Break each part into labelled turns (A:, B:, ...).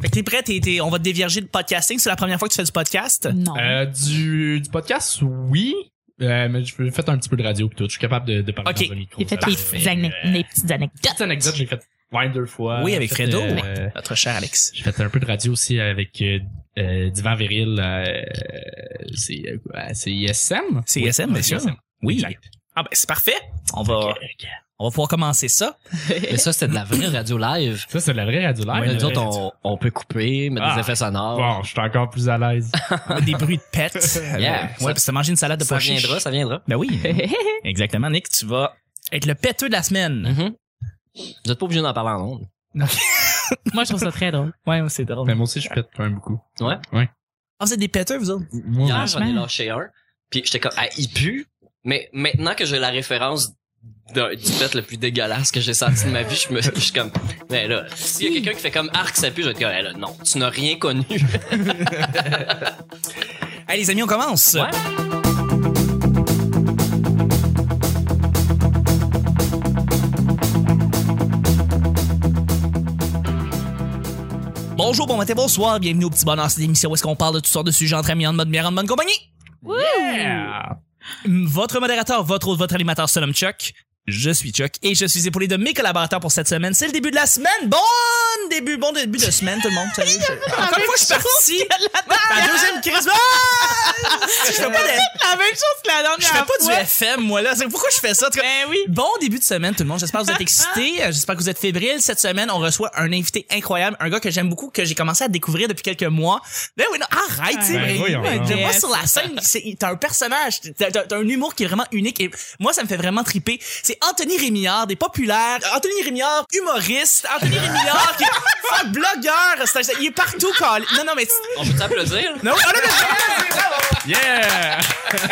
A: Fait que t'es prêt, t'es- t'es- on va te dévierger de podcasting. C'est la première fois que tu fais du podcast.
B: Non.
C: Euh, du, du podcast, oui. Euh, mais je fais un petit peu de radio pis tout. Je suis capable de, de parler
A: Ok.
C: dans un micro.
B: J'ai fait
C: ça
B: les
C: va,
B: petites,
C: mais,
B: ane-
C: euh,
B: les petites anecdotes.
C: petite anecdote, j'ai fait ouais, deux fois.
A: Oui, avec
C: J'ai fait,
A: Fredo.
C: euh,
A: Notre cher Alex.
C: J'ai fait un peu de radio aussi avec euh, euh, Divan Viril. euh, c'est euh, ouais, c'est ISM.
A: C'est
C: Oui,
A: ISM, bien
C: c'est
A: sûr. Oui.
C: Exact.
A: Ah ben c'est parfait. On va,
C: Ok, ok.
A: on va pouvoir commencer ça.
D: Mais ça, c'était de la vraie radio live.
C: Ça, c'est de la vraie radio live.
D: Ouais,
C: La
D: nous autres,
C: vraie
D: on, on peut couper, mettre
C: Ah.
D: des effets sonores.
C: Bon, je suis encore plus à l'aise.
A: On a des bruits de pète.
D: Yeah.
A: Ouais, parce que t'as mangé une salade de
D: Ça
A: pois chiches.
D: viendra, ça viendra.
A: Ben oui. Exactement, Nick. Tu vas être le péteux de la semaine.
D: Mhm. Vous êtes pas obligé d'en parler en ondes.
B: Moi, je trouve ça très drôle.
A: Ouais, c'est drôle.
C: Mais moi aussi, je pète quand même beaucoup.
D: Ouais.
A: Ah, vous êtes des péteux, vous autres?
C: Moi,
D: Hier, j'en ai
B: Franchement.
D: lâché un. Puis j'étais comme, ah, il pue. Mais maintenant que j'ai la référence d'un- du pet le plus dégueulasse que j'ai senti de ma vie, je me je suis comme, mais là, s'il y a quelqu'un qui fait comme arc, ça pue, je vais être comme, Eh là, non, tu n'as rien connu.
A: Allez, les amis, on commence.
D: Ouais.
A: Bonjour, bon matin, bonsoir, bienvenue au Petit Bonheur, c'est l'émission où est-ce qu'on parle de toutes sortes de sujets entre amis, en mode bière, en bonne compagnie.
C: Yeah.
A: Votre modérateur, votre autre, votre animateur se nomme Chuck. Je suis Chuck et je suis épaulé de mes collaborateurs pour cette semaine. C'est le début de la semaine. Bon début, bon début de semaine tout le monde. Salut. Encore une fois, je suis parti. La deuxième crise. Ah! Je fais pas de-
B: La même chose que la dernière
A: je fais pas du FM, moi, là. C'est pourquoi je fais ça? en tout cas. Bon début de semaine, tout le monde. J'espère que vous êtes excités. Euh, J'espère que vous êtes fébriles. Cette semaine, on reçoit un invité incroyable, un gars que j'aime beaucoup, que j'ai commencé à découvrir depuis quelques mois. Ben oui, non, arrête, tu sais.
C: Ben
A: mais-
C: voyons
A: mais
C: donc.
A: de moi
B: Yes.
A: sur la scène, c'est- t'as un personnage, t'as- t'as t'as un humour qui est vraiment unique et moi, ça me fait vraiment triper. C'est Anthony Rémillard, des populaires. Anthony Rémillard, humoriste. Anthony Rémillard, qui est blogueur. C'est- Il est partout, Carl. Non, non, mais.
D: On peut t'applaudir?
A: Non, non, non, non.
C: Yeah!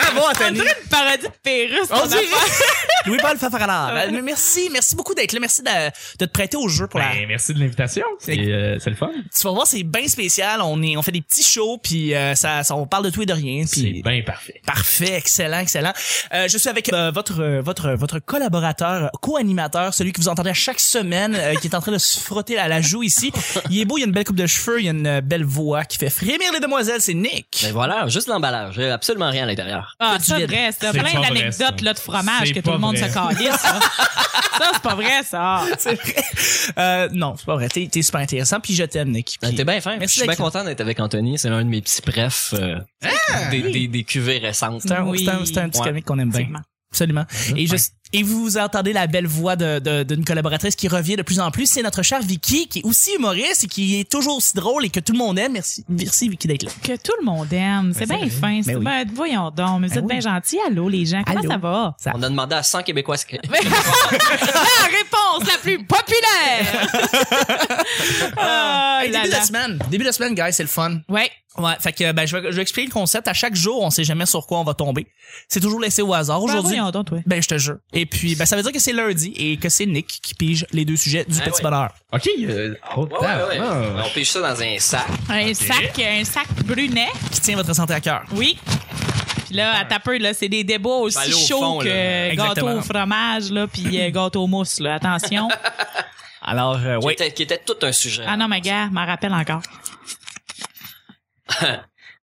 A: Bravo,
B: On
A: Anthony.
B: dirait une parodie de Pérus.
A: On
B: ton
A: dirait.
B: affaire.
A: Louis-Paul Fafaralard. Euh, Merci, merci beaucoup d'être là. Merci de, de te prêter au jeu pour la.
C: Ben, merci de l'invitation. C'est euh, c'est le fun.
A: Tu vas voir, c'est bien spécial. On est, on fait des petits shows, puis euh, ça, ça, on parle de tout et de rien.
C: C'est
A: Puis
C: bien parfait.
A: parfait, excellent, excellent. Euh, je suis avec euh, votre, euh, votre, votre collaborateur, euh, co-animateur, celui que vous entendez à chaque semaine, euh, qui est en train de se frotter à la joue ici. Il est beau, il a une belle coupe de cheveux, il a une euh, belle voix qui fait frémir les demoiselles. C'est Nick.
D: Mais voilà, juste l'emballage. J'ai absolument rien à l'intérieur.
B: Ah,
A: du
B: c'est
A: vide.
B: vrai, ça.
C: C'est
B: Plein
C: pas vrai,
B: d'anecdotes
C: ça.
B: là, de fromage
C: C'est
B: que tout
C: pas
B: le monde
C: vrai.
B: se calisse. Ça, Ça, c'est pas vrai, ça.
A: C'est vrai. Euh, non, c'est pas vrai. T'es t'es super intéressant, puis je t'aime, Nick.
D: Ah,
A: Puis-
D: T'es bien fin.
A: Merci
D: Je suis bien
A: d'être là.
D: content d'être avec Anthony. C'est l'un de mes petits prefs euh, des, des, des cuvées récentes.
A: C'est un,
B: Oui.
A: c'est un- c'est un petit
D: Ouais.
A: comique qu'on aime bien.
B: Effectivement.
A: Absolument. Et, je- et vous entendez la belle voix de- de- d'une collaboratrice qui revient de plus en plus. C'est notre chère Vicky, qui est aussi humoriste et qui est toujours aussi drôle et que tout le monde aime. Merci, merci Vicky d'être là.
B: Que tout le monde aime. C'est bien fin. c'est
A: oui.
B: bien- Voyons donc. Mais vous
A: Ben
B: êtes
A: oui.
B: bien gentils. Allô, les gens. Comment
A: Allô.
B: ça va?
D: On a demandé à 100 Québécois ce que-
B: la réponse la plus populaire. Ah,
A: Hey,
B: là,
A: début de
B: là.
A: la semaine. Début de la semaine, guys, c'est le fun.
B: Ouais.
A: Ouais, fait que ben, je, vais, je vais expliquer le concept. À chaque jour, on sait jamais sur quoi on va tomber. C'est toujours laissé au hasard.
B: Aujourd'hui,
A: Aujourd'hui,
B: voyons donc, toi.
A: ben je te jure. Et puis, ben ça veut dire que c'est lundi et que c'est Nick qui pige les deux sujets du
D: Ah
A: petit
D: ouais.
A: bonheur.
C: OK. euh, oh,
D: Ouais, ouais, ouais.
C: damn.
D: On pêche ça dans un sac.
B: Un sac, un sac brunet.
A: Qui tient votre santé à cœur.
B: Oui. Puis là, à taper, là, c'est des débats
D: Faut
B: aussi
D: aller au
B: chauds
D: fond,
B: que
D: là.
B: gâteau
A: Exactement.
B: au fromage, là, puis euh, gâteau au mousse, là. Attention.
A: Alors, euh,
D: Qui, était, qui était tout un sujet.
B: ah non, ma gars, m'en rappelle encore.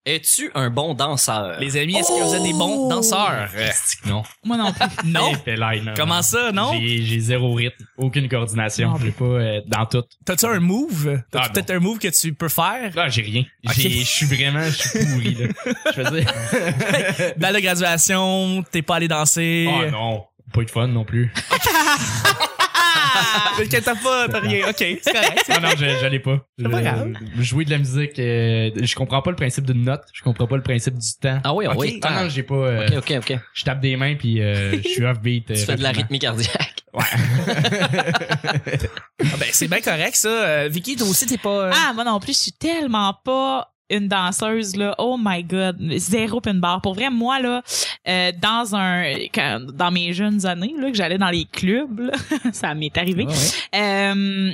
D: Es-tu un bon danseur?
A: Les
C: Oh!
A: amis, est-ce que vous êtes des bons danseurs?
C: Non.
B: Moi non plus.
A: Oh! Non.
C: Eh, Péline, là.
A: Comment ça, non?
C: J'ai j'ai zéro rythme, aucune coordination.
B: Non.
C: J'ai pas euh, dans tout.
A: T'as-tu un move? T'as-tu
C: Ah,
A: peut-être un move que tu peux faire?
C: Là, j'ai rien.
A: Ok.
C: J'ai- Je suis vraiment, je suis pourri, là. Je veux dire.
A: Dans la graduation, t'es pas allé danser.
C: Oh non. Pas eu de fun non plus.
A: Ah, que t'as pas, t'as rien. OK, c'est correct.
C: Ah, Non, non, je- j'allais pas.
A: C'est pas grave.
C: Je- Jouer de la musique, euh, je comprends pas le principe d'une note. Je comprends pas le principe du temps.
D: Ah oui, ah
C: Ok.
D: oui.
C: Ah non, j'ai pas. euh,
D: ok, ok, ok.
C: Je tape des mains puis euh, je suis off-beat. euh,
D: Tu fais de la
C: rapidement.
D: rythmie cardiaque.
A: Ah, ben, c'est bien correct, ça. Euh, Vicky, toi aussi, t'es pas... euh,
B: Ah, moi non plus, je suis tellement pas une danseuse là oh my god zéro pin bar pour vrai moi là euh, dans un quand- dans mes jeunes années là que j'allais dans les clubs là, ça m'est arrivé
C: Ah ouais.
B: euh,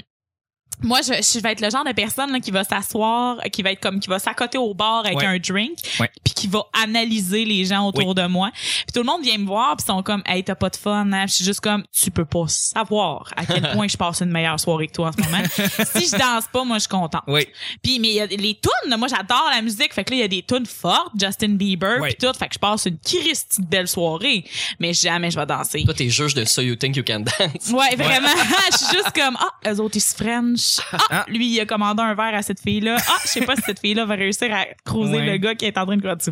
B: Moi, je, je vais être le genre de personne là, qui va s'asseoir, qui va être comme, qui va s'accoter au bar avec
A: Ouais.
B: un drink,
A: Ouais.
B: puis qui va analyser les gens autour de moi. Puis tout le monde vient me voir, puis ils sont comme, hey, t'as pas de fun. Hein? Puis Je suis juste comme, tu peux pas savoir à quel point je passe une meilleure soirée que toi en ce moment. si je danse pas, moi, je suis contente.
A: Oui.
B: Puis mais il y a les tunes, là, moi j'adore la musique, fait que là il y a des tunes fortes, Justin Bieber
A: Ouais.
B: puis tout, fait que je passe une christie de belle soirée, mais jamais je vais danser.
D: Toi, t'es juge de So You Think You Can Dance.
B: Ouais, vraiment. je suis juste comme ah, eux autres ils se French. Ah, lui il a commandé un verre à cette fille là. Ah, je sais pas si cette fille là va réussir à croiser
A: Ouais.
B: le gars qui est en train de croire dessus.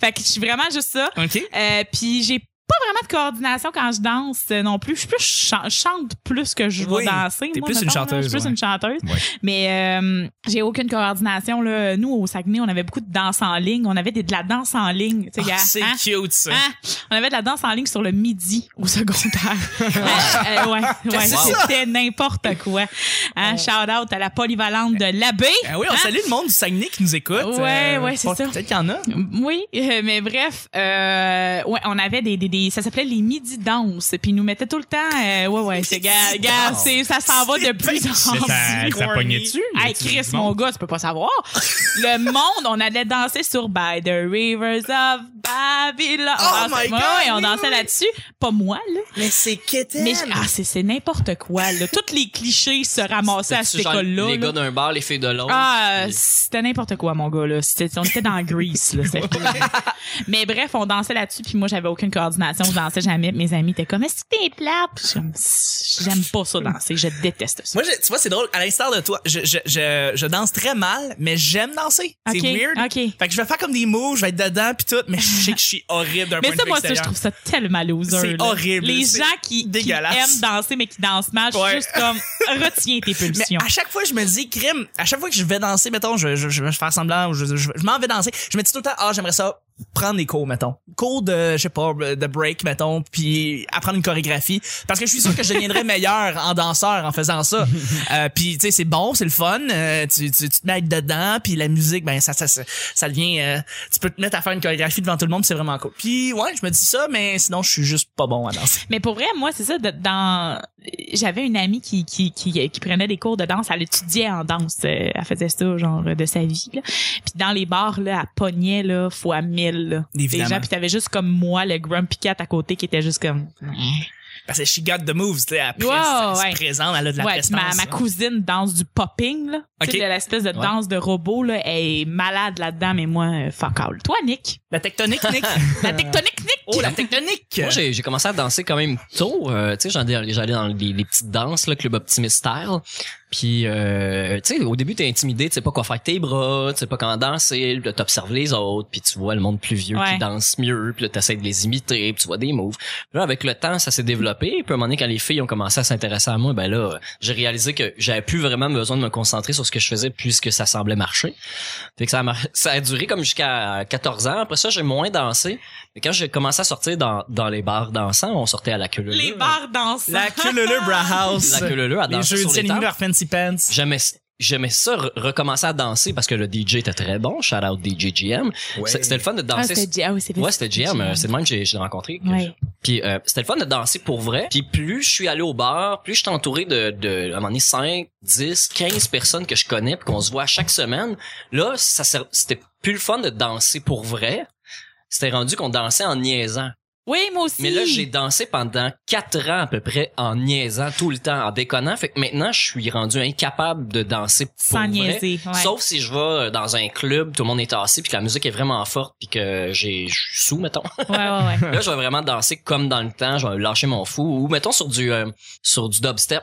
B: Fait que je suis vraiment juste ça.
A: OK.
B: Euh, puis j'ai pas vraiment de coordination quand je danse euh, non plus. Je suis plus chan- je chante plus que je vais
A: Oui,
B: danser.
A: t'es
B: moi,
A: plus une
B: mettons, là. Je
A: chanteuse,
B: suis plus
A: ouais.
B: une chanteuse.
A: Ouais.
B: Mais euh, j'ai aucune coordination. Là. Nous, au Saguenay, on avait beaucoup de danse en ligne. On avait des- de la danse en ligne. tu sais, gars.
A: Ah, c'est
B: Hein?
A: cute, ça.
B: Hein? On avait de la danse en ligne sur le midi au secondaire. Euh, euh, ouais, ouais,
A: c'est ça?
B: c'était n'importe quoi. Hein? Shout out à la polyvalente de l'abbé.
A: Ah oui, on
B: Hein?
A: salue le monde du Saguenay qui nous écoute.
B: Ouais, ouais, c'est
A: bon,
B: ça.
A: Peut-être qu'il y en a.
B: Oui, euh, mais bref, euh, ouais, on avait des, des, des- ça s'appelait les midi danses, puis ils nous mettaient tout le temps, euh, ouais, ouais, c'est gars, gars, c'est, ça s'en va de plus en
C: Mais ça,
B: plus.
C: ça pognait-tu?
B: Hey
C: Y a-tu du
B: Chris,
C: monde?
B: mon gars, tu peux pas savoir. Le monde, on allait danser sur By the Rivers of Babylon.
A: Oh
B: On dansait-
A: my
B: ouais,
A: God,
B: ouais, on
A: oui,
B: dansait
A: oui.
B: là-dessus. Pas moi, là.
A: Mais c'est Kitten.
B: Mais ah, c'est, c'est n'importe quoi, là. Tous les clichés se ramassaient à
D: C'est
B: cette
D: genre
B: école-là.
D: Les
B: là.
D: gars d'un bar, les filles de l'autre.
B: Ah, euh, c'était n'importe quoi, mon gars, là. C'était- on était dans Grease, là. c'était- Mais bref, on dansait là-dessus, puis moi, j'avais aucune coordination, je dansais jamais. Mes amis étaient comme, est-ce que t'es plate? Puis je suis comme, J'aime pas ça danser, je déteste ça.
A: Moi, je- tu vois, c'est drôle. À l'instar de toi, je, je, je, je danse très mal, mais j'aime danser. C'est
B: Ok,
A: weird.
B: ok.
A: Fait que je vais faire comme des moves, je vais être dedans puis tout, mais je sais que je suis horrible d'un
B: Mais
A: point
B: ça,
A: de vue
B: moi, ça, je
A: extérieur.
B: trouve ça tellement loser.
A: C'est
B: là.
A: horrible,
B: Les
A: c'est
B: gens qui, qui
A: dégueulasse.
B: aiment danser, mais qui dansent mal, je suis
A: Ouais.
B: juste comme, retiens tes
A: mais
B: pulsions.
A: à chaque fois, je me dis, crime, à chaque fois que je vais danser, mettons, je, je, je vais faire semblant, ou je, je, je m'en vais danser, je me dis tout le temps, ah, j'aimerais ça prendre des cours, mettons. Cours de, je sais pas, de break, mettons, puis apprendre une chorégraphie. Parce que je suis sûr que je deviendrais meilleur en danseur en faisant ça. Euh, puis, tu sais, c'est bon, c'est le fun, euh, tu, tu, tu te mets dedans, puis la musique, ben, ça, ça, ça, ça devient, euh, tu peux te mettre à faire une chorégraphie devant tout le monde, puis c'est vraiment cool. Puis, ouais, je me dis ça, mais sinon, je suis juste pas bon à danser.
B: Mais pour vrai, moi, c'est ça. de- dans, j'avais une amie qui, qui, qui, qui prenait des cours de danse. Elle étudiait en danse. euh, Elle faisait ça, genre, de sa vie. là. Puis dans les bars, là, elle pognait, là, fois mille, là.
A: Évidemment.
B: Déjà, puis t'avais juste comme moi, le Grumpy Cat à côté, qui était juste comme...
A: Parce que she got the moves, tu sais, après,
B: Wow,
A: elle
B: ouais.
A: se présente, elle a de la
B: ouais, puis
A: prestance.
B: ma, ma
A: là.
B: cousine danse du popping, là. Tu sais,
A: Ok.
B: de l'espèce de danse de robot, là. Elle est malade là-dedans, mais moi, euh, fuck all. Toi, Nick.
A: La tectonique, Nick.
B: La tectonique, Nick.
A: Oh, la tectonique.
D: Moi, j'ai j'ai commencé à danser quand même tôt. Euh, tu sais, j'allais j'allais dans les, les petites danses, le club optimiste style. Puis, euh, tu sais, au début, t'es intimidé, tu sais pas quoi faire avec tes bras, tu sais pas comment danser, puis là, t'observes les autres, puis tu vois le monde plus vieux
B: Ouais.
D: qui danse mieux, puis là, t'essaies de les imiter, puis tu vois des moves. Là, avec le temps, ça s'est développé, puis à un moment donné, quand les filles ont commencé à s'intéresser à moi, ben là, euh, j'ai réalisé que j'avais plus vraiment besoin de me concentrer sur ce que je faisais puisque ça semblait marcher. Fait que ça a, mar- ça a duré comme jusqu'à 14 ans. Après ça, j'ai moins dansé. Mais quand j'ai commencé à sortir dans, dans les bars dansants, on sortait à la queue leu-leu.
B: Les bars dansants.
A: La Kululu Brahouse.
D: La queue leu-leu à
A: Les
D: danser sur
A: jeudis
D: les
A: animés par
D: tables.
A: Fancy Pants.
D: J'aimais j'aimais ça re- recommencer à danser parce que le DJ était très bon shout out DJ GM C'est- c'était le fun de
B: Ah,
D: danser
B: c'était G- ah oui, c'est
D: ouais c'était GM euh, c'est le même que j'ai j'ai rencontré que
B: Ouais.
D: je- puis euh, c'était le fun de danser pour vrai puis plus je suis allé au bar plus je suis entouré de, de à un moment donné 5 10 15 personnes que je connais puis qu'on se voit à chaque semaine là ça ser- c'était plus le fun de danser pour vrai c'était rendu qu'on dansait en niaisant
B: Oui, moi aussi.
D: mais là, j'ai dansé pendant quatre ans à peu près en niaisant tout le temps, en déconnant. Fait que maintenant, je suis rendu incapable de danser pour
B: Sans
D: vrai.
B: niaiser. ouais.
D: Sauf si je vais euh, dans un club, tout le monde est tassé, puis que la musique est vraiment forte, puis que j'ai je suis sous, mettons.
B: Ouais, ouais, ouais.
D: là, je vais vraiment danser comme dans le temps, je vais lâcher mon fou. Ou mettons sur du euh, sur du dubstep.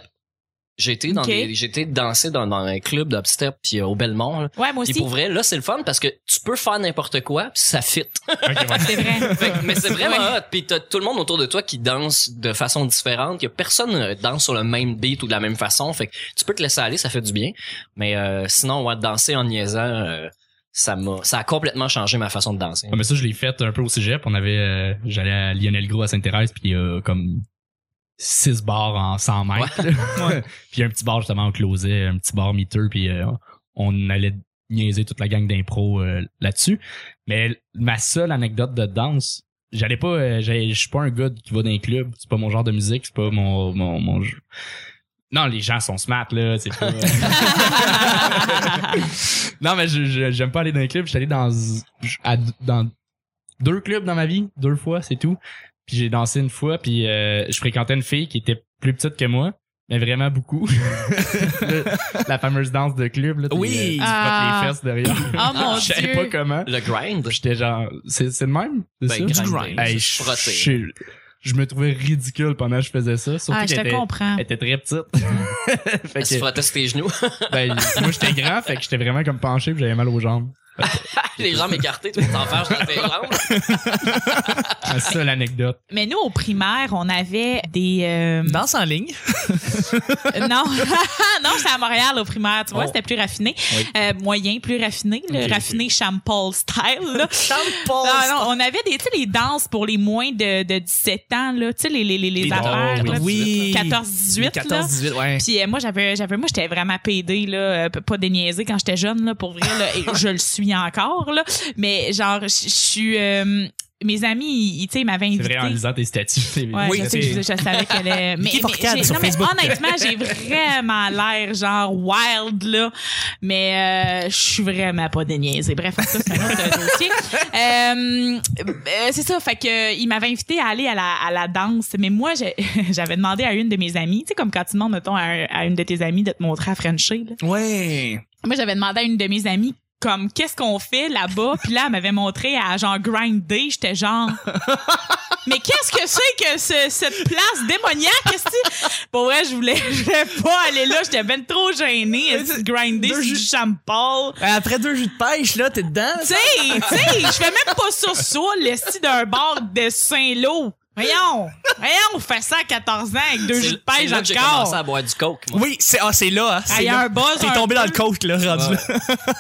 D: J'ai été dans
B: Ok.
D: des- j'ai été danser dans, dans un club dubstep puis euh, au Belmont. là.
B: Ouais, moi aussi.
D: Puis pour vrai, là, c'est le fun parce que tu peux faire n'importe quoi, puis ça fit.
C: Ok, ouais.
B: C'est vrai.
D: Fait que- mais c'est vraiment
B: Ouais.
D: hot. Puis t'as tout le monde autour de toi qui danse de façon différente. Y a personne euh, danse sur le même beat ou de la même façon. Fait que tu peux te laisser aller, ça fait du bien. Mais euh, sinon, ouais, danser en niaisant, euh, ça m'a, ça a complètement changé ma façon de danser.
C: Ouais, mais ça, je l'ai fait un peu au cégep. On avait, euh, j'allais à Lionel Gros à Sainte-Thérèse, puis il y a comme six bars en 100 mètres. puis il y a un petit bar justement au closet, un petit bar meter, puis euh, on allait niaiser toute la gang d'impro euh, là-dessus. Mais ma seule anecdote de danse, j'allais pas, euh, j'allais- je suis pas un gars qui va dans un club, c'est pas mon genre de musique, c'est pas mon, mon, mon jeu. Non, les gens sont smart, là. C'est pas.
B: Ah,
C: non, mais je- je- j'aime pas aller dans les clubs. Je suis allé dans, je- à- dans deux clubs dans ma vie, deux fois, c'est tout. Puis j'ai dansé une fois, puis euh, je fréquentais une fille qui était plus petite que moi, mais vraiment beaucoup. Le- la fameuse danse de club, là.
A: Oui.
C: puis, euh, tu frottes
B: Ah.
C: les fesses derrière.
B: Oh mon
C: je savais
B: dieu.
C: pas comment.
D: Le grind.
C: J'étais genre, c'est c'est le même? C'est
D: Ben,
C: ça?
A: grind.
D: grinder,
C: Hey,
D: se
C: je,
D: frotter.
C: je- je me trouvais ridicule pendant que je faisais ça. Surtout
B: Ah, je
C: qu'elle
B: te
C: était-
B: comprends.
C: elle était très petite. fait
D: Elle se
C: que,
D: frottait sur tes genoux.
C: ben, moi, j'étais grand, fait que j'étais vraiment comme penché, puis j'avais mal aux jambes.
D: les jambes écartées, tu vas t'en faire dans tes jambes.
C: C'est ça l'anecdote.
B: Mais nous, au primaire, on avait des. euh,
A: Danse en ligne.
B: non, non, c'était à Montréal au primaire. Tu vois,
C: Oh.
B: c'était plus raffiné.
C: Oui.
B: Euh, moyen, plus raffiné. Le
C: Ok.
B: raffiné Champol style. là.
A: Tampon.
B: Non, non, on avait des, tu sais, les danses pour les moins de, de 17 ans, là. Tu sais, les, les, les, les
A: Les
B: affaires,
C: danses,
B: là.
A: oui.
B: 14-18, là.
A: 14-18, ouais.
B: Puis euh, moi j'avais j'avais moi j'étais vraiment pédée là euh, p- pas déniaisée quand j'étais jeune là pour vrai là et je le suis encore là mais genre je je suis euh, mes amis ils, ils, tu sais ils m'avaient
C: C'est vrai,
B: invité
C: en lisant tes statuts, c'est
B: Ouais,
A: Oui,
B: je, sais, je,
A: c'est-
B: je savais qu'elle est. Mais,
A: Vicky Forcade
B: j'ai-
A: sur
B: non, mais
A: Facebook.
B: honnêtement, j'ai vraiment l'air genre wild, là. Mais euh, je suis vraiment pas déniaisée. Bref, ça, c'est un autre dossier. Euh, euh, c'est ça, fait que euh, il m'avait invité à aller à la, à la danse. Mais moi, j'ai- j'avais demandé à une de mes amies, tu sais, comme quand tu demandes, mettons, à, un- à une de tes amies de te montrer à Frenchie, là.
A: Ouais.
B: Moi, j'avais demandé à une de mes amies comme qu'est-ce qu'on fait là-bas puis là elle m'avait montré à genre grind day j'étais genre mais qu'est-ce que c'est que ce- cette place démoniaque est-ce que pour vrai je voulais je voulais pas aller là j'étais ben trop gênée est-ce que grind day
A: Deux
B: c'est du
A: ju-
B: champol
A: Après deux jus de pêche, là, t'es dedans.
B: tu sais tu sais je fais même pas ça saoul esti d'un bar de Saint-Lô voyons voyons on fait ça à 14 ans avec deux
D: C'est-
B: jus de
D: c'est
B: pêche
D: là que J'ai commencé
B: encore
D: à boire du coke, moi.
A: Oui, c'est ah, c'est là. Hein,
B: Ah,
A: c'est
B: il y a
A: là.
B: un buzz
A: T'es
B: un
A: tombé dans
B: peu.
A: le coke, là, rendu
D: Ouais.
A: là.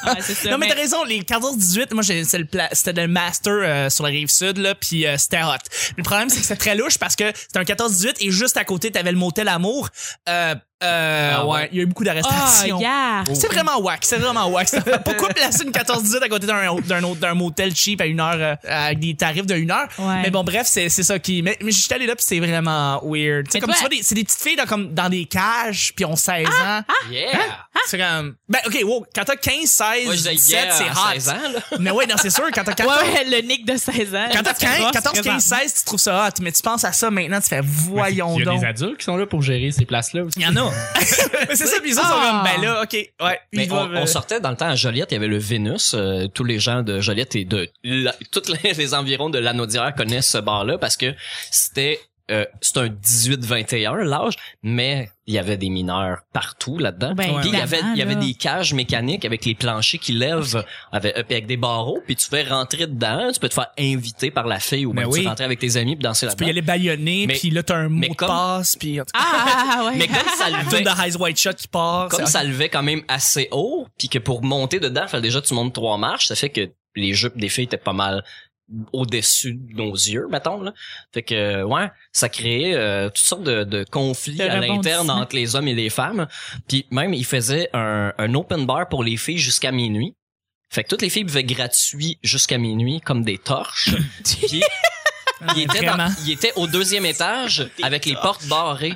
B: Ouais, c'est ça,
A: Non, mais
B: mais-
A: t'as raison, les 14-18, moi, j'ai- c'est le pla- c'était le master euh, sur la rive sud, là, puis euh, c'était hot. Le problème, c'est que c'était très louche parce que c'était un 14-18 et juste à côté, t'avais le motel Amour. Euh, euh,
D: Ah ouais.
A: ouais, il y a eu beaucoup
B: oh
A: d'arrestations.
B: yeah
A: C'est vraiment whack, c'est vraiment whack. ça. Pourquoi placer une 14-18 à côté d'un d'un autre d'un motel cheap à une heure euh, avec des tarifs de une heure
B: Ouais.
A: Mais bon bref, c'est c'est ça qui mais, mais j'étais allé là puis c'est vraiment weird. Tu sais
B: Mais
A: comme
B: toi- Ah!
A: tu vois des- c'est des petites filles dans comme dans des cages puis ont 16 ans.
D: Yeah!
A: C'est comme ben OK, wow, quand t'as 15 16
D: Moi, je disais
A: 17
D: yeah
A: c'est
D: à
A: hot.
D: 16 ans, là.
A: Mais ouais, non, c'est sûr quand t'as 14
B: Ouais, ouais, le Nick de 16 ans.
A: Quand t'as
B: C'est
A: 15,
B: rough,
A: 14, 15,
B: présentement.
A: 16, tu trouves ça hot, mais tu penses à ça maintenant, tu fais voyons
C: Il y a
A: donc.
C: des adultes qui sont là pour gérer ces places-là aussi.
A: Il y en a. Mais c'est ça, puis ils sont
B: Ah.
A: comme, ben là, ok, ouais. ils
D: Mais on,
A: doivent,
D: on
A: euh,
D: sortait dans le temps à Joliette, il y avait le Vénus. euh, tous les gens de Joliette et de la- toutes les, les environs de l'Anaudière connaissent ce bar-là parce que c'était euh, c'est un 18-21 l'âge, mais il y avait des mineurs partout là-dedans.
B: Ben,
D: Puis il y avait il y avait
B: évidemment, là.
D: des cages mécaniques avec les planchers qui lèvent avec, euh, puis avec des barreaux, puis tu peux rentrer dedans, tu peux te faire inviter par la fille ou
A: Mais
D: même
A: Ben oui.
D: tu peux rentrer avec tes amis puis danser
A: Tu peux
D: là-dedans.
A: y aller baïonner,
D: Mais-
A: puis là, t'as un mot
D: mais
A: de
D: comme-
A: passe, puis en tout cas,
B: Ah, ah, ah, ouais.
D: Mais comme ça
A: la
D: levait
A: tourne de Eyes White Shot qui part.
D: comme
A: c'est-
D: ça levait quand même assez haut, puis que pour monter dedans, fallait déjà que tu montes trois marches, ça fait que les jupes des filles étaient pas mal au-dessus de nos yeux, mettons. Là. Fait que, ouais, ça créait euh, toutes sortes de, de conflits
B: De
D: à l'interne
B: rebondissements.
D: entre les hommes et les femmes. Puis même, ils faisaient un, un open bar pour les filles jusqu'à minuit. Fait que toutes les filles buvaient gratuit jusqu'à minuit, comme des torches. Puis,
B: Ah,
D: il, était dans-
A: Vraiment.
D: il était au deuxième étage avec les portes barrées.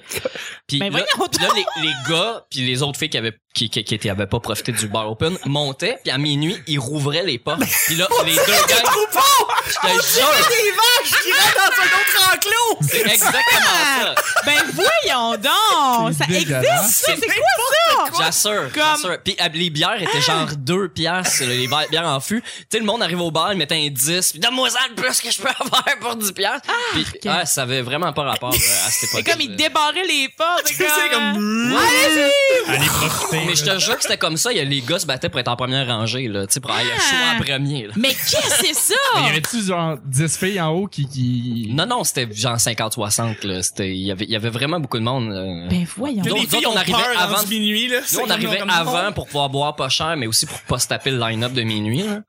D: Puis
B: Mais
D: là,
B: voyons
D: puis là, les, les gars, puis les autres filles qui avaient qui, qui, qui étaient- avaient pas profité du bar open montaient, puis à minuit, ils rouvraient les portes. Puis là, les deux gangs,
A: Coupons!
D: je te jure,
A: des vaches qui rentrent dans un autre enclos!
D: c'est exactement ça.
B: Ben voyons donc!
C: C'est
B: Ça existe,
C: dégueulasse.
B: ça? C'est quoi ça?
D: J'assure,
B: Comme-
D: j'assure. Puis ah, les bières étaient genre deux piastres, les bi- bières en fût. Tu sais, le monde arrive au bar, il mettait un 10, puis donne-moi ça le plus que je peux avoir pour 10 piastres. Puis ah, ça avait vraiment pas rapport euh, à cette
B: C'est
D: époque.
B: comme ils débarraient les portes. hein?
A: Tu sais, comme...
D: Ouais.
C: Allez profiter.
D: Mais je te jure que c'était comme ça, il y a les gars se battaient pour être en première rangée, là, tu sais, pour aller le choix en premier, là.
B: Mais qu'est-ce que c'est
C: Mais y
B: ça?
C: avait-tu genre 10 filles en haut qui. qui...
D: Non, non, c'était genre 50-60, là. C'était, il y avait, il y avait vraiment beaucoup de monde. euh.
B: Ben voyons.
D: D'autres-
A: Les
D: d'autres,
A: filles
D: on
A: ont
D: arrivait
A: peur
D: avant-
A: avant minuit, là. C'est
D: Nous, on
A: comme-
D: arrivait
A: comme-
D: avant pour pouvoir boire pas cher, mais aussi pour pas se taper le line-up de minuit, là.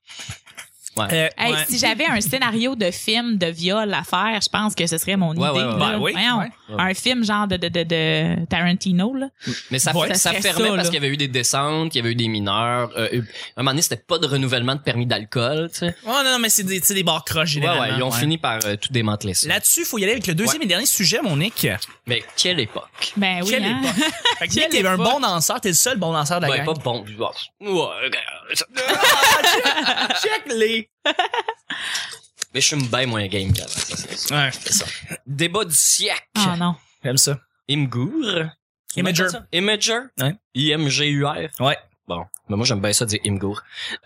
A: Euh,
B: Hey,
A: ouais.
B: Si j'avais un scénario de film de viol à faire, je pense que ce serait mon
D: Ouais,
B: idée.
D: ouais, ouais.
B: là.
A: Ben oui,
B: Voyons,
A: ouais.
B: Un film genre de, de, de, de Tarantino. Là.
D: Mais ça,
B: Ouais,
D: ça
B: ça serait
D: fermait
B: ça,
D: parce
B: là.
D: qu'il y avait eu des descentes, il y avait eu des mineurs. Euh, euh, à un moment donné, c'était pas de renouvellement de permis d'alcool, tu sais.
A: Ouais, non, non, mais c'est des, tu sais, des bars croches,
D: Ouais,
A: généralement.
D: ouais, ils ont fini par euh, tout démanteler ça.
A: Là-dessus, faut y aller avec le deuxième et dernier sujet, mon Nick.
D: Mais quelle époque.
B: Ben Ah oui.
A: Quelle
B: hein.
A: époque. Fait que Nick,
B: Quelle
A: t'es un
B: époque.
A: bon danseur, t'es le seul bon danseur de la
D: Ouais,
A: gang.
D: pas bon. bon, ouais, euh,
A: Check les.
D: Mais je suis bien moins game qu'avant. ça, c'est sûr.
A: Ouais,
D: Débat du siècle.
A: Ah,
B: Oh non.
A: j'aime ça.
D: Imgur.
A: Imager.
D: Imager.
A: Ouais.
D: I-M-G-U-R.
A: Ouais.
D: Bon. Mais moi, j'aime bien ça dire Imgur.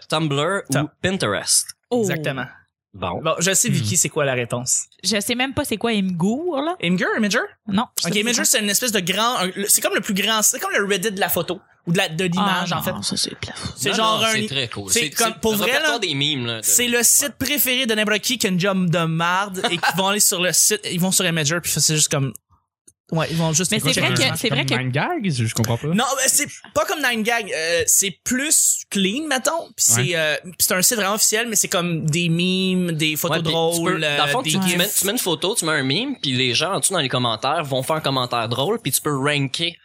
D: Tumblr
A: Ça.
D: ou Pinterest.
B: Oh. Hmm.
A: Exactement.
D: Bon.
A: Bon, je sais, Vicky, c'est quoi la réponse.
B: Je sais même pas c'est quoi Imgur, là.
A: Imgur, Imager?
B: Non. je
A: Ok,
B: sais
A: Imager,
B: pas.
A: c'est une espèce de grand. un- le- C'est comme le plus grand. C'est comme le Reddit de la photo. Ou de la- de
B: Ah,
A: l'image,
B: non,
A: en fait.
B: ça, c'est plat.
A: C'est
D: Non,
A: genre
D: non,
A: un.
D: C'est très cool.
A: c'est comme- pour
D: le
A: vrai,
D: répertoire
A: là,
D: des mimes, là. de-
A: C'est le site préféré de n'importe qui qui a une job de marde et qui vont aller sur le site, ils vont sur Imager puis c'est juste comme ouais, ils vont juste
B: Mais c'est
A: écouter
B: vrai
A: un-
B: que- c'est vrai que-
C: Nine Gag, je je comprends pas.
A: Non, mais c'est pas comme Nine Gag, euh, c'est plus clean mettons, puis c'est euh, puis c'est un site vraiment officiel mais c'est comme des memes, des photos
D: Ouais, puis tu
A: drôles,
D: peux- dans le fond,
A: euh, des
D: tu, tu
A: gifs.
D: mets, tu mets une photo, tu mets un meme, puis les gens en dessous dans les commentaires vont faire un commentaire drôle, puis tu peux ranker,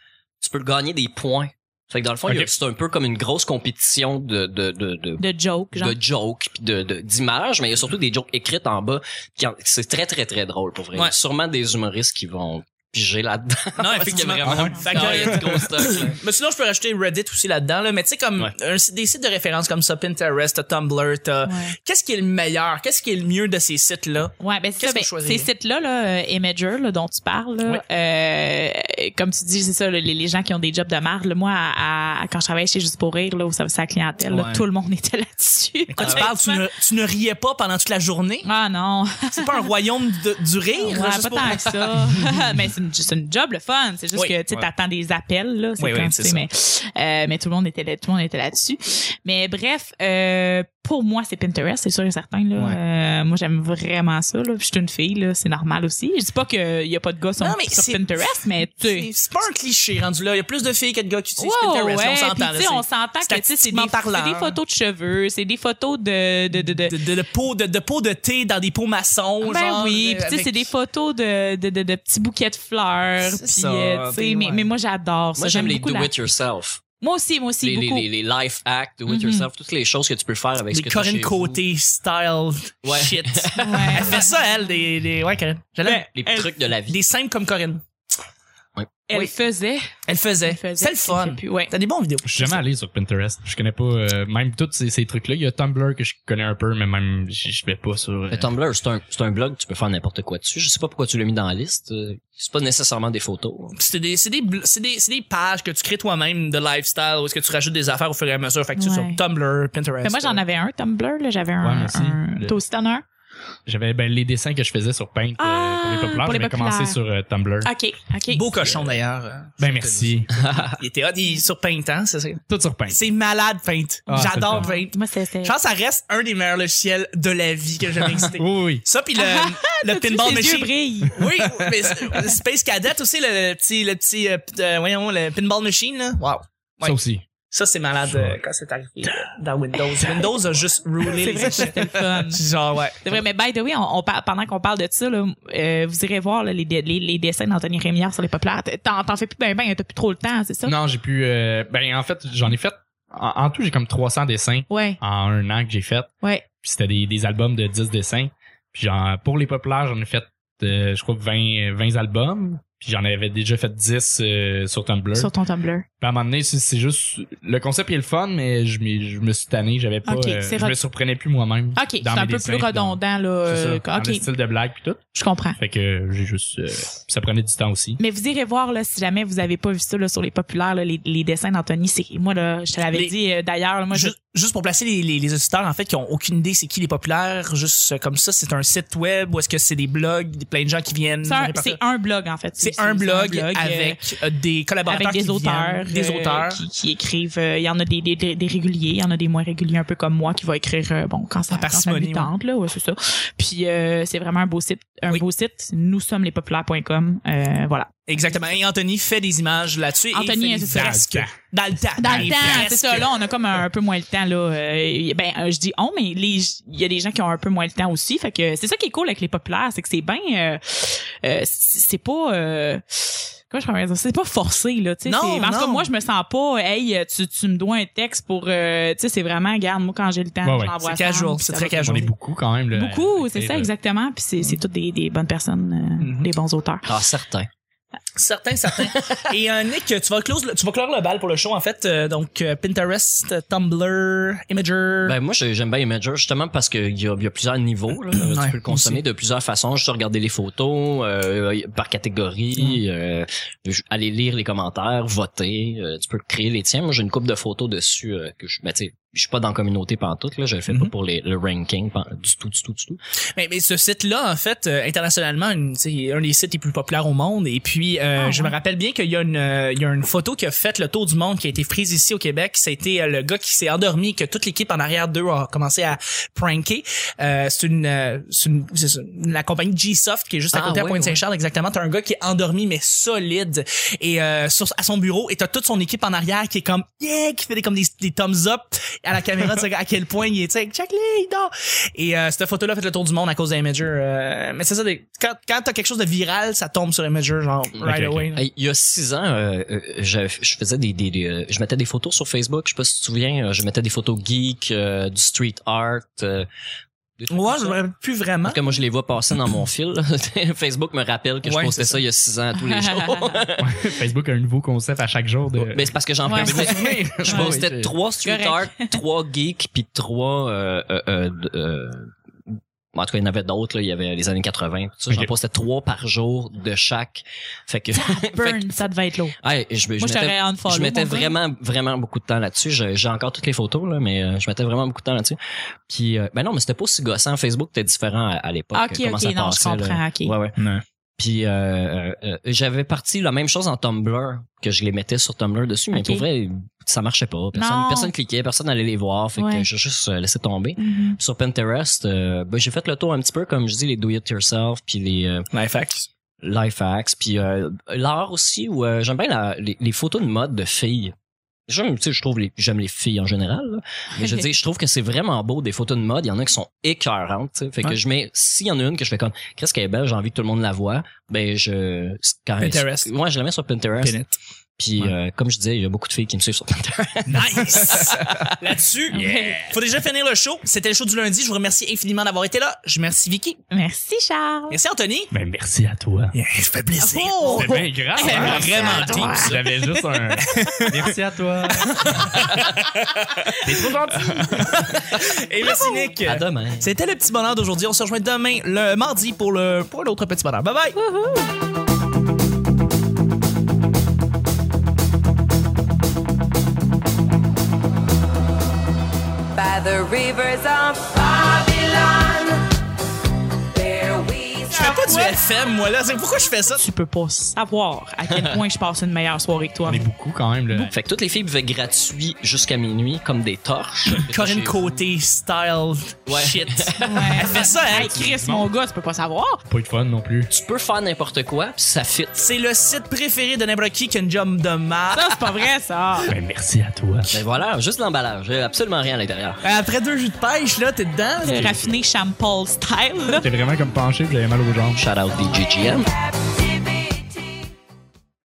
D: tu peux gagner des points. Fait que dans le fond, il y a-
C: Ok.
D: c'est un peu comme une grosse compétition de de de de,
B: De joke, genre.
D: de jokes, puis de de- d'images, mais il y a surtout des jokes écrites en bas. qui en- C'est très très très drôle pour vrai. Il y a
A: Ouais.
D: sûrement des humoristes qui vont piger là-dedans.
A: Non,
D: Parce qu'il y a
A: effectivement.
D: vraiment-
A: Fait que- euh,
D: Ah, il y a du gros stock, là.
A: Mais sinon, je peux rajouter Reddit aussi là-dedans, là. Mais tu sais, comme,
D: Ouais.
A: un site- des sites de référence comme ça, Pinterest, t'as Tumblr, t'as,
B: Ouais.
A: qu'est-ce qui est le meilleur? Qu'est-ce qui est le mieux de ces sites-là?
B: Ouais, ben c'est
A: Qu'est-ce
B: ça,
A: que
B: ben,
A: vous
B: ces
A: choisiriez?
B: sites-là, là, euh, Imager, là, dont tu parles, là, euh, comme tu dis, c'est ça, là, les, les gens qui ont des jobs de marde, là, moi, à- à- quand je travaillais chez Juste pour rire, là, au service à la clientèle, là,
A: Ouais.
B: tout le monde était là-dessus.
A: Quand tu parles, tu ne, tu ne riais pas pendant toute la journée.
B: Ah non,
A: C'est pas un royaume de- du rire.
B: Ouais,
A: là, juste
B: pas
A: pour-
B: tant que ça. mais c'est une, c'est une job le fun, c'est juste
A: Oui.
B: que tu sais,
A: Ouais.
B: t'attends des appels là, c'est
A: Oui, oui,
B: comme,
A: c'est
B: tu sais, mais euh, mais tout le monde était là, tout le monde était là-dessus. Mais bref, euh, pour moi c'est Pinterest, c'est sûr et certain là. Euh, moi j'aime vraiment ça là, Puis je suis une fille là, c'est normal aussi. Je dis pas que y a pas de gars sur,
A: Non, mais
B: sur
A: c'est-
B: Pinterest, mais tu
A: C'est
B: sais.
A: c'est pas un cliché rendu là. Il y a plus de filles que de gars qui utilisent
B: Ouais,
A: Pinterest. là,
B: ouais,
A: on s'entend.
B: puis
A: là,
B: tu sais, on
A: c'est-
B: s'entend que tu sais, c'est des,
A: statistiquement parlant. hein.
B: c'est des photos de cheveux, c'est des photos de de de, de-
A: de, de, de peau, de, de peau de thé dans des pots maçons.
B: Ben
A: genre, euh,
B: oui, puis tu sais,
A: avec-
B: c'est des photos de, de, de, de petits bouquets de fleurs,
A: C'est
B: puis
A: ça,
B: euh, tu
A: puis
B: sais, mais,
A: ouais.
B: mais moi j'adore ça.
D: Moi, j'aime les
B: beaucoup
D: do
B: la-
D: it yourself.
B: Moi aussi, moi aussi
D: Les, les,
B: beaucoup. Mm-hmm.
D: les, les life hacks, do it yourself, toutes les choses que tu peux faire
A: Des
D: avec ce que t'as
A: Corinne
D: chez vous.
A: Côté style
D: Ouais.
A: shit.
B: Ouais.
A: Elle fait ça, elle, des, des, ouais, Corinne. Je l'aime.
D: Ben, Les
A: Elle-
D: trucs de la vie.
A: Des simples comme Corinne.
B: Elle
A: Oui.
B: faisait.
A: Elle faisait.
B: Elle faisait.
A: C'est le
B: Je
A: fun.
B: sais plus, ouais.
A: T'as des bons vidéos.
C: Je suis jamais allé sur Pinterest. Je connais pas euh, même tous ces, ces trucs-là. Il y a Tumblr que je connais un peu, mais même je je vais pas sur. euh,
D: Le Tumblr, c'est un, c'est un blog, tu peux faire n'importe quoi dessus. Je sais pas pourquoi tu l'as mis dans la liste. euh, C'est pas nécessairement des photos.
A: C'est des, c'est des, bl- c'est des, c'est des pages que tu crées toi-même de lifestyle où est-ce que tu rajoutes des affaires au fur et à mesure. Fait que tu es
B: Ouais.
A: sur Tumblr, Pinterest.
B: Mais moi j'en
A: euh,
B: avais un Tumblr, là, j'avais
C: Ouais,
B: un.
C: moi aussi.
B: un-
C: Le-
B: Toi aussi t'en as un?
C: J'avais ben, les dessins que je faisais sur Paint euh,
B: Ah,
C: pour les populaires.
B: pour les
C: J'avais commencé
B: populaires. Ah,
C: sur euh, Tumblr.
B: Ok, ok.
A: Beau cochon d'ailleurs. euh,
C: ben merci.
D: Ah.
A: Il était hot, il est sur Paint, hein, c'est ça.
C: Tout sur Paint.
A: C'est malade, Paint.
C: Ah,
A: J'adore
C: c'est
A: Paint.
B: Moi c'était.
A: Je pense que ça reste un des meilleurs logiciels de la vie que j'ai jamais existé.
C: Oui, oui.
A: Ça, puis le, le
B: Ah, T'as-tu
A: pinball
B: ses yeux
A: machine.
B: brillent.
A: Oui, mais c'est- Space Cadet aussi, le, le petit, le petit, euh, p- euh, voyons, le pinball machine, là. Wow. Ouais.
C: Ça aussi.
A: Ça, c'est malade euh, quand c'est arrivé euh, dans Windows. Windows a juste roulé les
B: C'est vrai que
A: échecs.
B: c'était le fun.
A: Genre, ouais.
B: C'est vrai, mais by the way, on, on par- pendant qu'on parle de ça, là, euh, vous irez voir là, les, dé- les, les dessins d'Anthony Rémière sur les populaires. T'en t'en fais plus ben ben, t'as plus trop le temps, c'est ça?
C: Non, j'ai pu. euh, ben en fait, j'en ai fait. En, en tout, j'ai comme 300 dessins
B: Ouais,
C: en un an que j'ai fait.
B: ouais.
C: Puis c'était des, des albums de 10 dessins. Puis genre, pour les populaires, j'en ai fait, euh, je crois, 20, 20 albums. Puis j'en avais déjà fait 10 euh, sur Tumblr.
B: Sur ton Tumblr.
C: Puis à un moment donné, c'est- c'est juste. Le concept il est le fun, mais je, m'y- je me suis tanné, j'avais pas.
B: Ok,
C: euh,
B: c'est
C: je
B: re-
C: me surprenais plus moi-même.
B: OK, c'est
C: dans
B: un
C: mes
B: peu
C: dessins,
B: plus
C: puis dans-
B: redondant, là.
C: C'est ça,
B: euh,
C: dans le
B: OK,
C: style de blague puis tout.
B: je comprends.
C: Fait que j'ai juste. euh, ça prenait du temps aussi.
B: Mais vous irez voir, là, si jamais vous avez pas vu ça, là, sur les populaires, là, les, les dessins d'Anthony, c'est, moi, là, je te l'avais
A: Les-
B: dit, euh, d'ailleurs, là, moi, je,
A: Ju- juste pour placer les, les, les auditeurs en fait qui ont aucune idée c'est qui les populaires juste euh, comme ça c'est un site web ou est-ce que c'est des blogs des plein de gens qui viennent
B: c'est un,
A: répartir-
B: c'est un blog, en fait.
A: c'est un blog avec euh, des collaborateurs
B: avec des
A: qui
B: auteurs, euh,
A: viennent, des auteurs.
B: qui, qui écrivent. euh, Il y en a des, des, des- des réguliers, il y en a des moins réguliers, un peu comme moi, qui va écrire euh, bon quand ça
A: À
B: quand ça
A: parcimonie,
B: lui tente, là, ouais, c'est ça. Puis euh, c'est vraiment un beau site, un
A: Oui.
B: beau site. Nous sommes les populaires.com. Euh, voilà.
A: Exactement. Et Anthony fait des images là-dessus. et il
B: Anthony,
A: fait des
B: c'est ça.
A: fresques.
C: Ah,
A: Dans le temps.
B: Dans le
D: Ben,
A: Des
B: temps,
A: fresques.
B: c'est ça. Là, on a comme un, un peu moins le temps là. Euh, ben, euh, je dis on, mais les, il y a des gens qui ont un peu moins le temps aussi. Fait que c'est ça qui est cool avec les populaires, c'est que c'est bien, euh, euh, c'est c'est pas. euh, Comment je pourrais dire ça? C'est pas forcé, là, tu sais.
A: Non,
B: c'est- En tout cas,
A: non.
B: moi, je me sens pas, hey, tu, tu me dois un texte pour, euh, tu sais, c'est vraiment, regarde, moi, quand j'ai le temps,
C: Ouais,
B: je
C: ouais.
B: l'envoie
A: C'est
B: à Sam,
A: casual,
B: puis
A: c'est
B: ça
A: très
B: va-
A: casual.
C: J'en ai beaucoup euh, quand même. Là,
B: Beaucoup,
C: à-
B: c'est
C: à-
B: ça,
C: à-
B: exactement. Puis c'est,
C: Mm-hmm.
B: c'est toutes des, des bonnes personnes, euh,
A: Mhm.
B: des bons auteurs.
D: Ah, certain.
A: Certains, certains. Et euh, Nick, tu vas, close le- tu vas clore le bal pour le show, en fait. Euh, donc, euh, Pinterest, euh, Tumblr, Imager.
D: Ben moi je- j'aime bien Imager justement parce qu'il y a, il y a plusieurs niveaux. Là. tu
A: Ouais,
D: peux le consommer de plusieurs façons. Je peux regarder les photos euh, par
A: Mm.
D: catégorie, euh, je- aller lire les commentaires, voter. euh, tu peux créer les tiens. Moi j'ai une coupe de photos dessus euh, que je, ben, tu sais, je suis pas dans la communauté pantoute là. Je le fais
A: Mhm.
D: pas pour les, le ranking pan- du tout, du tout, du tout.
A: mais, mais ce site-là, en fait, euh, internationalement, une- tu sais, un des sites les plus populaires au monde. Et puis, euh,
B: Ah,
A: je
B: ouais.
A: me rappelle bien qu'il y a une, euh, il y a une photo qui a fait le tour du monde, qui a été prise ici au Québec. C'était euh, le gars qui s'est endormi, que toute l'équipe en arrière d'eux a commencé à pranker. Euh, c'est une, euh, c'est une- c'est une- la compagnie G-Soft qui est juste à
D: Ah,
A: côté à
D: ouais,
A: Pointe-Saint-Charles. Exactement. T'as un gars qui est endormi mais solide et euh, sur, à son bureau et t'as toute son équipe en arrière qui est comme yeah qui fait des, comme des, des thumbs up à la caméra tu sais, à quel point il est tu sais check les il dort et euh, cette photo là fait le tour du monde à cause d'Imager euh, mais c'est ça des- quand, quand t'as quelque chose de viral ça tombe sur Imager genre right
C: ok.
A: away là.
D: Hey, Il y a six ans, euh, euh, je, je faisais des, des, des, euh, je mettais des photos sur Facebook. Je sais pas si tu te souviens, euh, je mettais des photos geek, euh, du street art. euh, des trucs
A: ouais
D: comme
A: je
D: ça.
A: me rappelle plus
D: En
A: vraiment
D: tout cas, moi, je les vois passer dans mon fil. là. Facebook me rappelle que
A: Ouais,
D: je postais
A: c'est
D: ça. il y a six ans, tous les jours.
C: Facebook a un nouveau concept à chaque jour. De...
D: Mais c'est parce que j'en
B: Ouais,
D: prenais. Je
B: Ouais,
D: postais
C: ouais.
D: trois street
B: Correct.
D: art, trois geeks, puis trois... Euh, euh, euh, euh, en tout cas, il y en avait d'autres. là. Il y avait les années 80. Tout ça. J'en
C: Ok.
D: postais trois par jour de chaque. Fait que... fait que-
B: Burn, ça devait être lourd.
D: Hey, je, me-
B: Moi,
D: je
B: je
D: mettais,
B: t'aurais unfollow.
D: je mettais
B: mon gars.
D: vraiment, vraiment beaucoup de temps là-dessus. Je- J'ai encore toutes les photos, là, mais euh, je mettais vraiment beaucoup de temps là-dessus. Puis, euh, ben non, mais c'était pas aussi gossant. Facebook était différent à, à l'époque.
B: Ah, Ok,
D: comment ça
B: ok, non, je
D: passait, là.
B: comprends, ok.
D: Ouais, ouais. Puis euh, euh, euh, j'avais parti la même chose en Tumblr que je les mettais sur Tumblr dessus, mais
B: Ok.
D: pour vrai, ça marchait pas. Personne,
B: Non.
D: personne cliquait, personne allait les voir, fait que
B: Ouais.
D: j'ai juste euh, laissé tomber.
B: Mhm.
D: Sur Pinterest, euh, ben, j'ai fait le tour un petit peu comme je dis les do it yourself puis les euh,
A: life hacks
D: life hacks puis euh, l'art aussi où euh, j'aime bien la- les, les photos de mode de filles. J'aime, tu sais, je trouve les, j'aime les filles en général, là. mais je dis, je trouve que c'est vraiment beau des photos de mode. Il y en a qui sont écœurantes, tu sais. Fait
A: Ouais.
D: que je mets, s'il y en a une que je fais comme, qu'est-ce qu'elle est belle, j'ai envie que tout le monde la voit, ben je, c'est quand
A: Pinterest.
D: Moi, je la mets sur Pinterest. Puis
C: Ouais.
D: euh, comme je disais, il y a beaucoup de filles qui me suivent sur Pinterest.
A: nice là-dessus faut déjà finir le show c'était le show du lundi je vous remercie infiniment d'avoir été là je remercie Vicky
B: Merci, Charles.
A: merci Anthony
C: Ben, merci à toi.
A: ça fait plaisir
B: Oh!
C: C'est bien grave.
A: C'est
C: hein?
A: vraiment
C: Merci à
A: deep,
C: toi.
A: ça.
C: J'avais juste un. Merci à toi. T'es trop gentil.
A: et merci Nick
D: À demain.
A: C'était le petit bonheur d'aujourd'hui. On se rejoint demain, le mardi, pour le pour l'autre petit bonheur. Bye bye.
E: by the rivers of Babylon. There we
A: Je fais pas du FM, moi là. C'est- Pourquoi je fais ça?
B: Tu peux pas savoir à quel point je passe une meilleure soirée que toi.
C: On est beaucoup quand même. Là.
D: Fait que toutes les filles buvaient gratuit jusqu'à minuit comme des torches.
A: Corinne
D: Chez-
A: Côté style
D: Ouais.
A: shit.
B: Ouais.
A: Elle fait ça, hein?
B: Hey, Chris, mon gars, tu peux pas savoir.
C: Pas eu de fun non plus.
D: Tu peux faire n'importe quoi, puis ça fit.
A: C'est le site préféré de n'importe qui qui a une job de mal.
B: Ça, c'est pas vrai, ça.
C: Ben, merci à toi.
D: Ben voilà, juste l'emballage, J'ai absolument rien à l'intérieur.
A: Après deux jus de pêche, là, t'es dedans.
B: Le raffiné Champol style, là.
C: T'es vraiment comme penché, puis j'avais mal aux jambes.
D: Shout out DJGM.
E: captivity.